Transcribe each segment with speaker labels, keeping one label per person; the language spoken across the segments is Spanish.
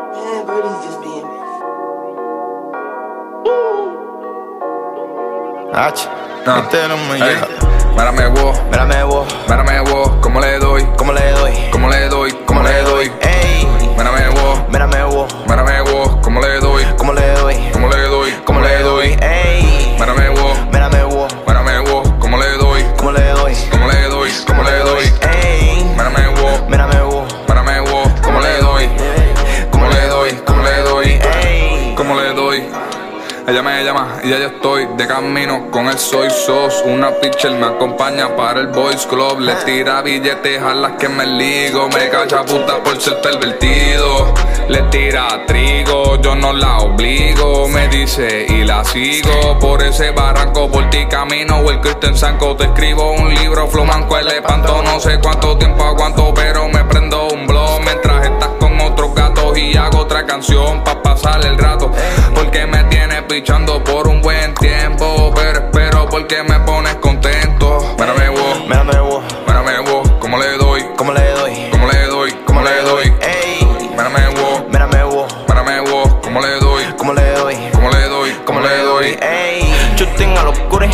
Speaker 1: Birdie's just being.
Speaker 2: H.
Speaker 3: No.
Speaker 2: Este es lo mío.
Speaker 3: Ey, Mírame vos,
Speaker 2: Mírame vos,
Speaker 3: mírame vos, ¿cómo le doy?
Speaker 2: ¿cómo le doy?
Speaker 3: ¿Cómo le doy? ¿Cómo le doy?
Speaker 2: Ey,
Speaker 3: Mírame vos,
Speaker 2: mírame vos,
Speaker 3: mírame vos, ¿cómo le doy?
Speaker 2: ¿cómo le doy?
Speaker 3: ¿Cómo le doy? ¿Cómo le doy?
Speaker 2: Ey,
Speaker 3: Mírame vos,
Speaker 2: mírame vos,
Speaker 3: mírame vos, ¿cómo le doy?
Speaker 2: ¿cómo le doy?
Speaker 3: ¿Cómo le doy? ¿Cómo le doy?
Speaker 2: Ey,
Speaker 3: Mírame vos,
Speaker 2: mírame vos,
Speaker 3: mírame vos, ¿cómo le doy? ¿Cómo le doy? ¿Cómo le doy?
Speaker 2: ey.
Speaker 3: ¿Cómo le doy? Ella me llama y ya yo estoy de camino con el soy sos. Una pitcher me acompaña para el boys club. Le tira billetes a las que me ligo. Me cacha puta por ser pervertido. Le tira trigo, yo no la obligo. Me dice y la sigo. Por ese barranco, por ti camino. O el Cristo en Sanco. Te escribo un libro, flomanco, el espanto. No sé cuánto tiempo aguanto, pero me prendo un blog. Mientras estás con otros gatos y hago otra canción pa' pasar el rato. Porque me tienes pichando por un buen tiempo, pero espero porque me pones contento. Mírame vos,
Speaker 2: Mírame vos,
Speaker 3: mírame vos, ¿cómo le doy?
Speaker 2: ¿cómo le doy?
Speaker 3: ¿Cómo le doy? ¿Cómo le doy?
Speaker 2: Ey,
Speaker 3: Mírame vos,
Speaker 2: mírame vos,
Speaker 3: mírame vos, ¿cómo le doy?
Speaker 2: ¿cómo le doy?
Speaker 3: ¿Cómo le doy? ¿Cómo le doy?
Speaker 2: Ey, chuten a los cures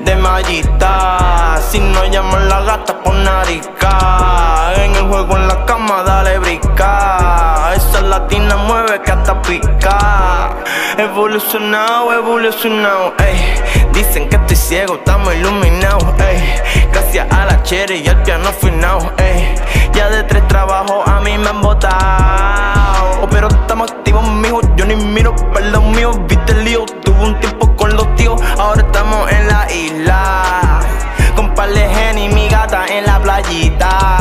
Speaker 2: de mallita. Si no llaman la gata por narica. En el juego, en la cama, dale brica. Esa latina mueve que hasta pica. Evolucionado, evolucionado, ey. Dicen que estoy ciego, estamos iluminados, ey. Gracias a la cherry y al piano finao, ey. Ya de tres trabajos a mí me han botado. Pero estamos activos, mijo, yo ni miro para los míos. Viste el lío, tuve un tiempo con los tíos, ahora estamos en la isla. Con par de gen y mi gata en la playita.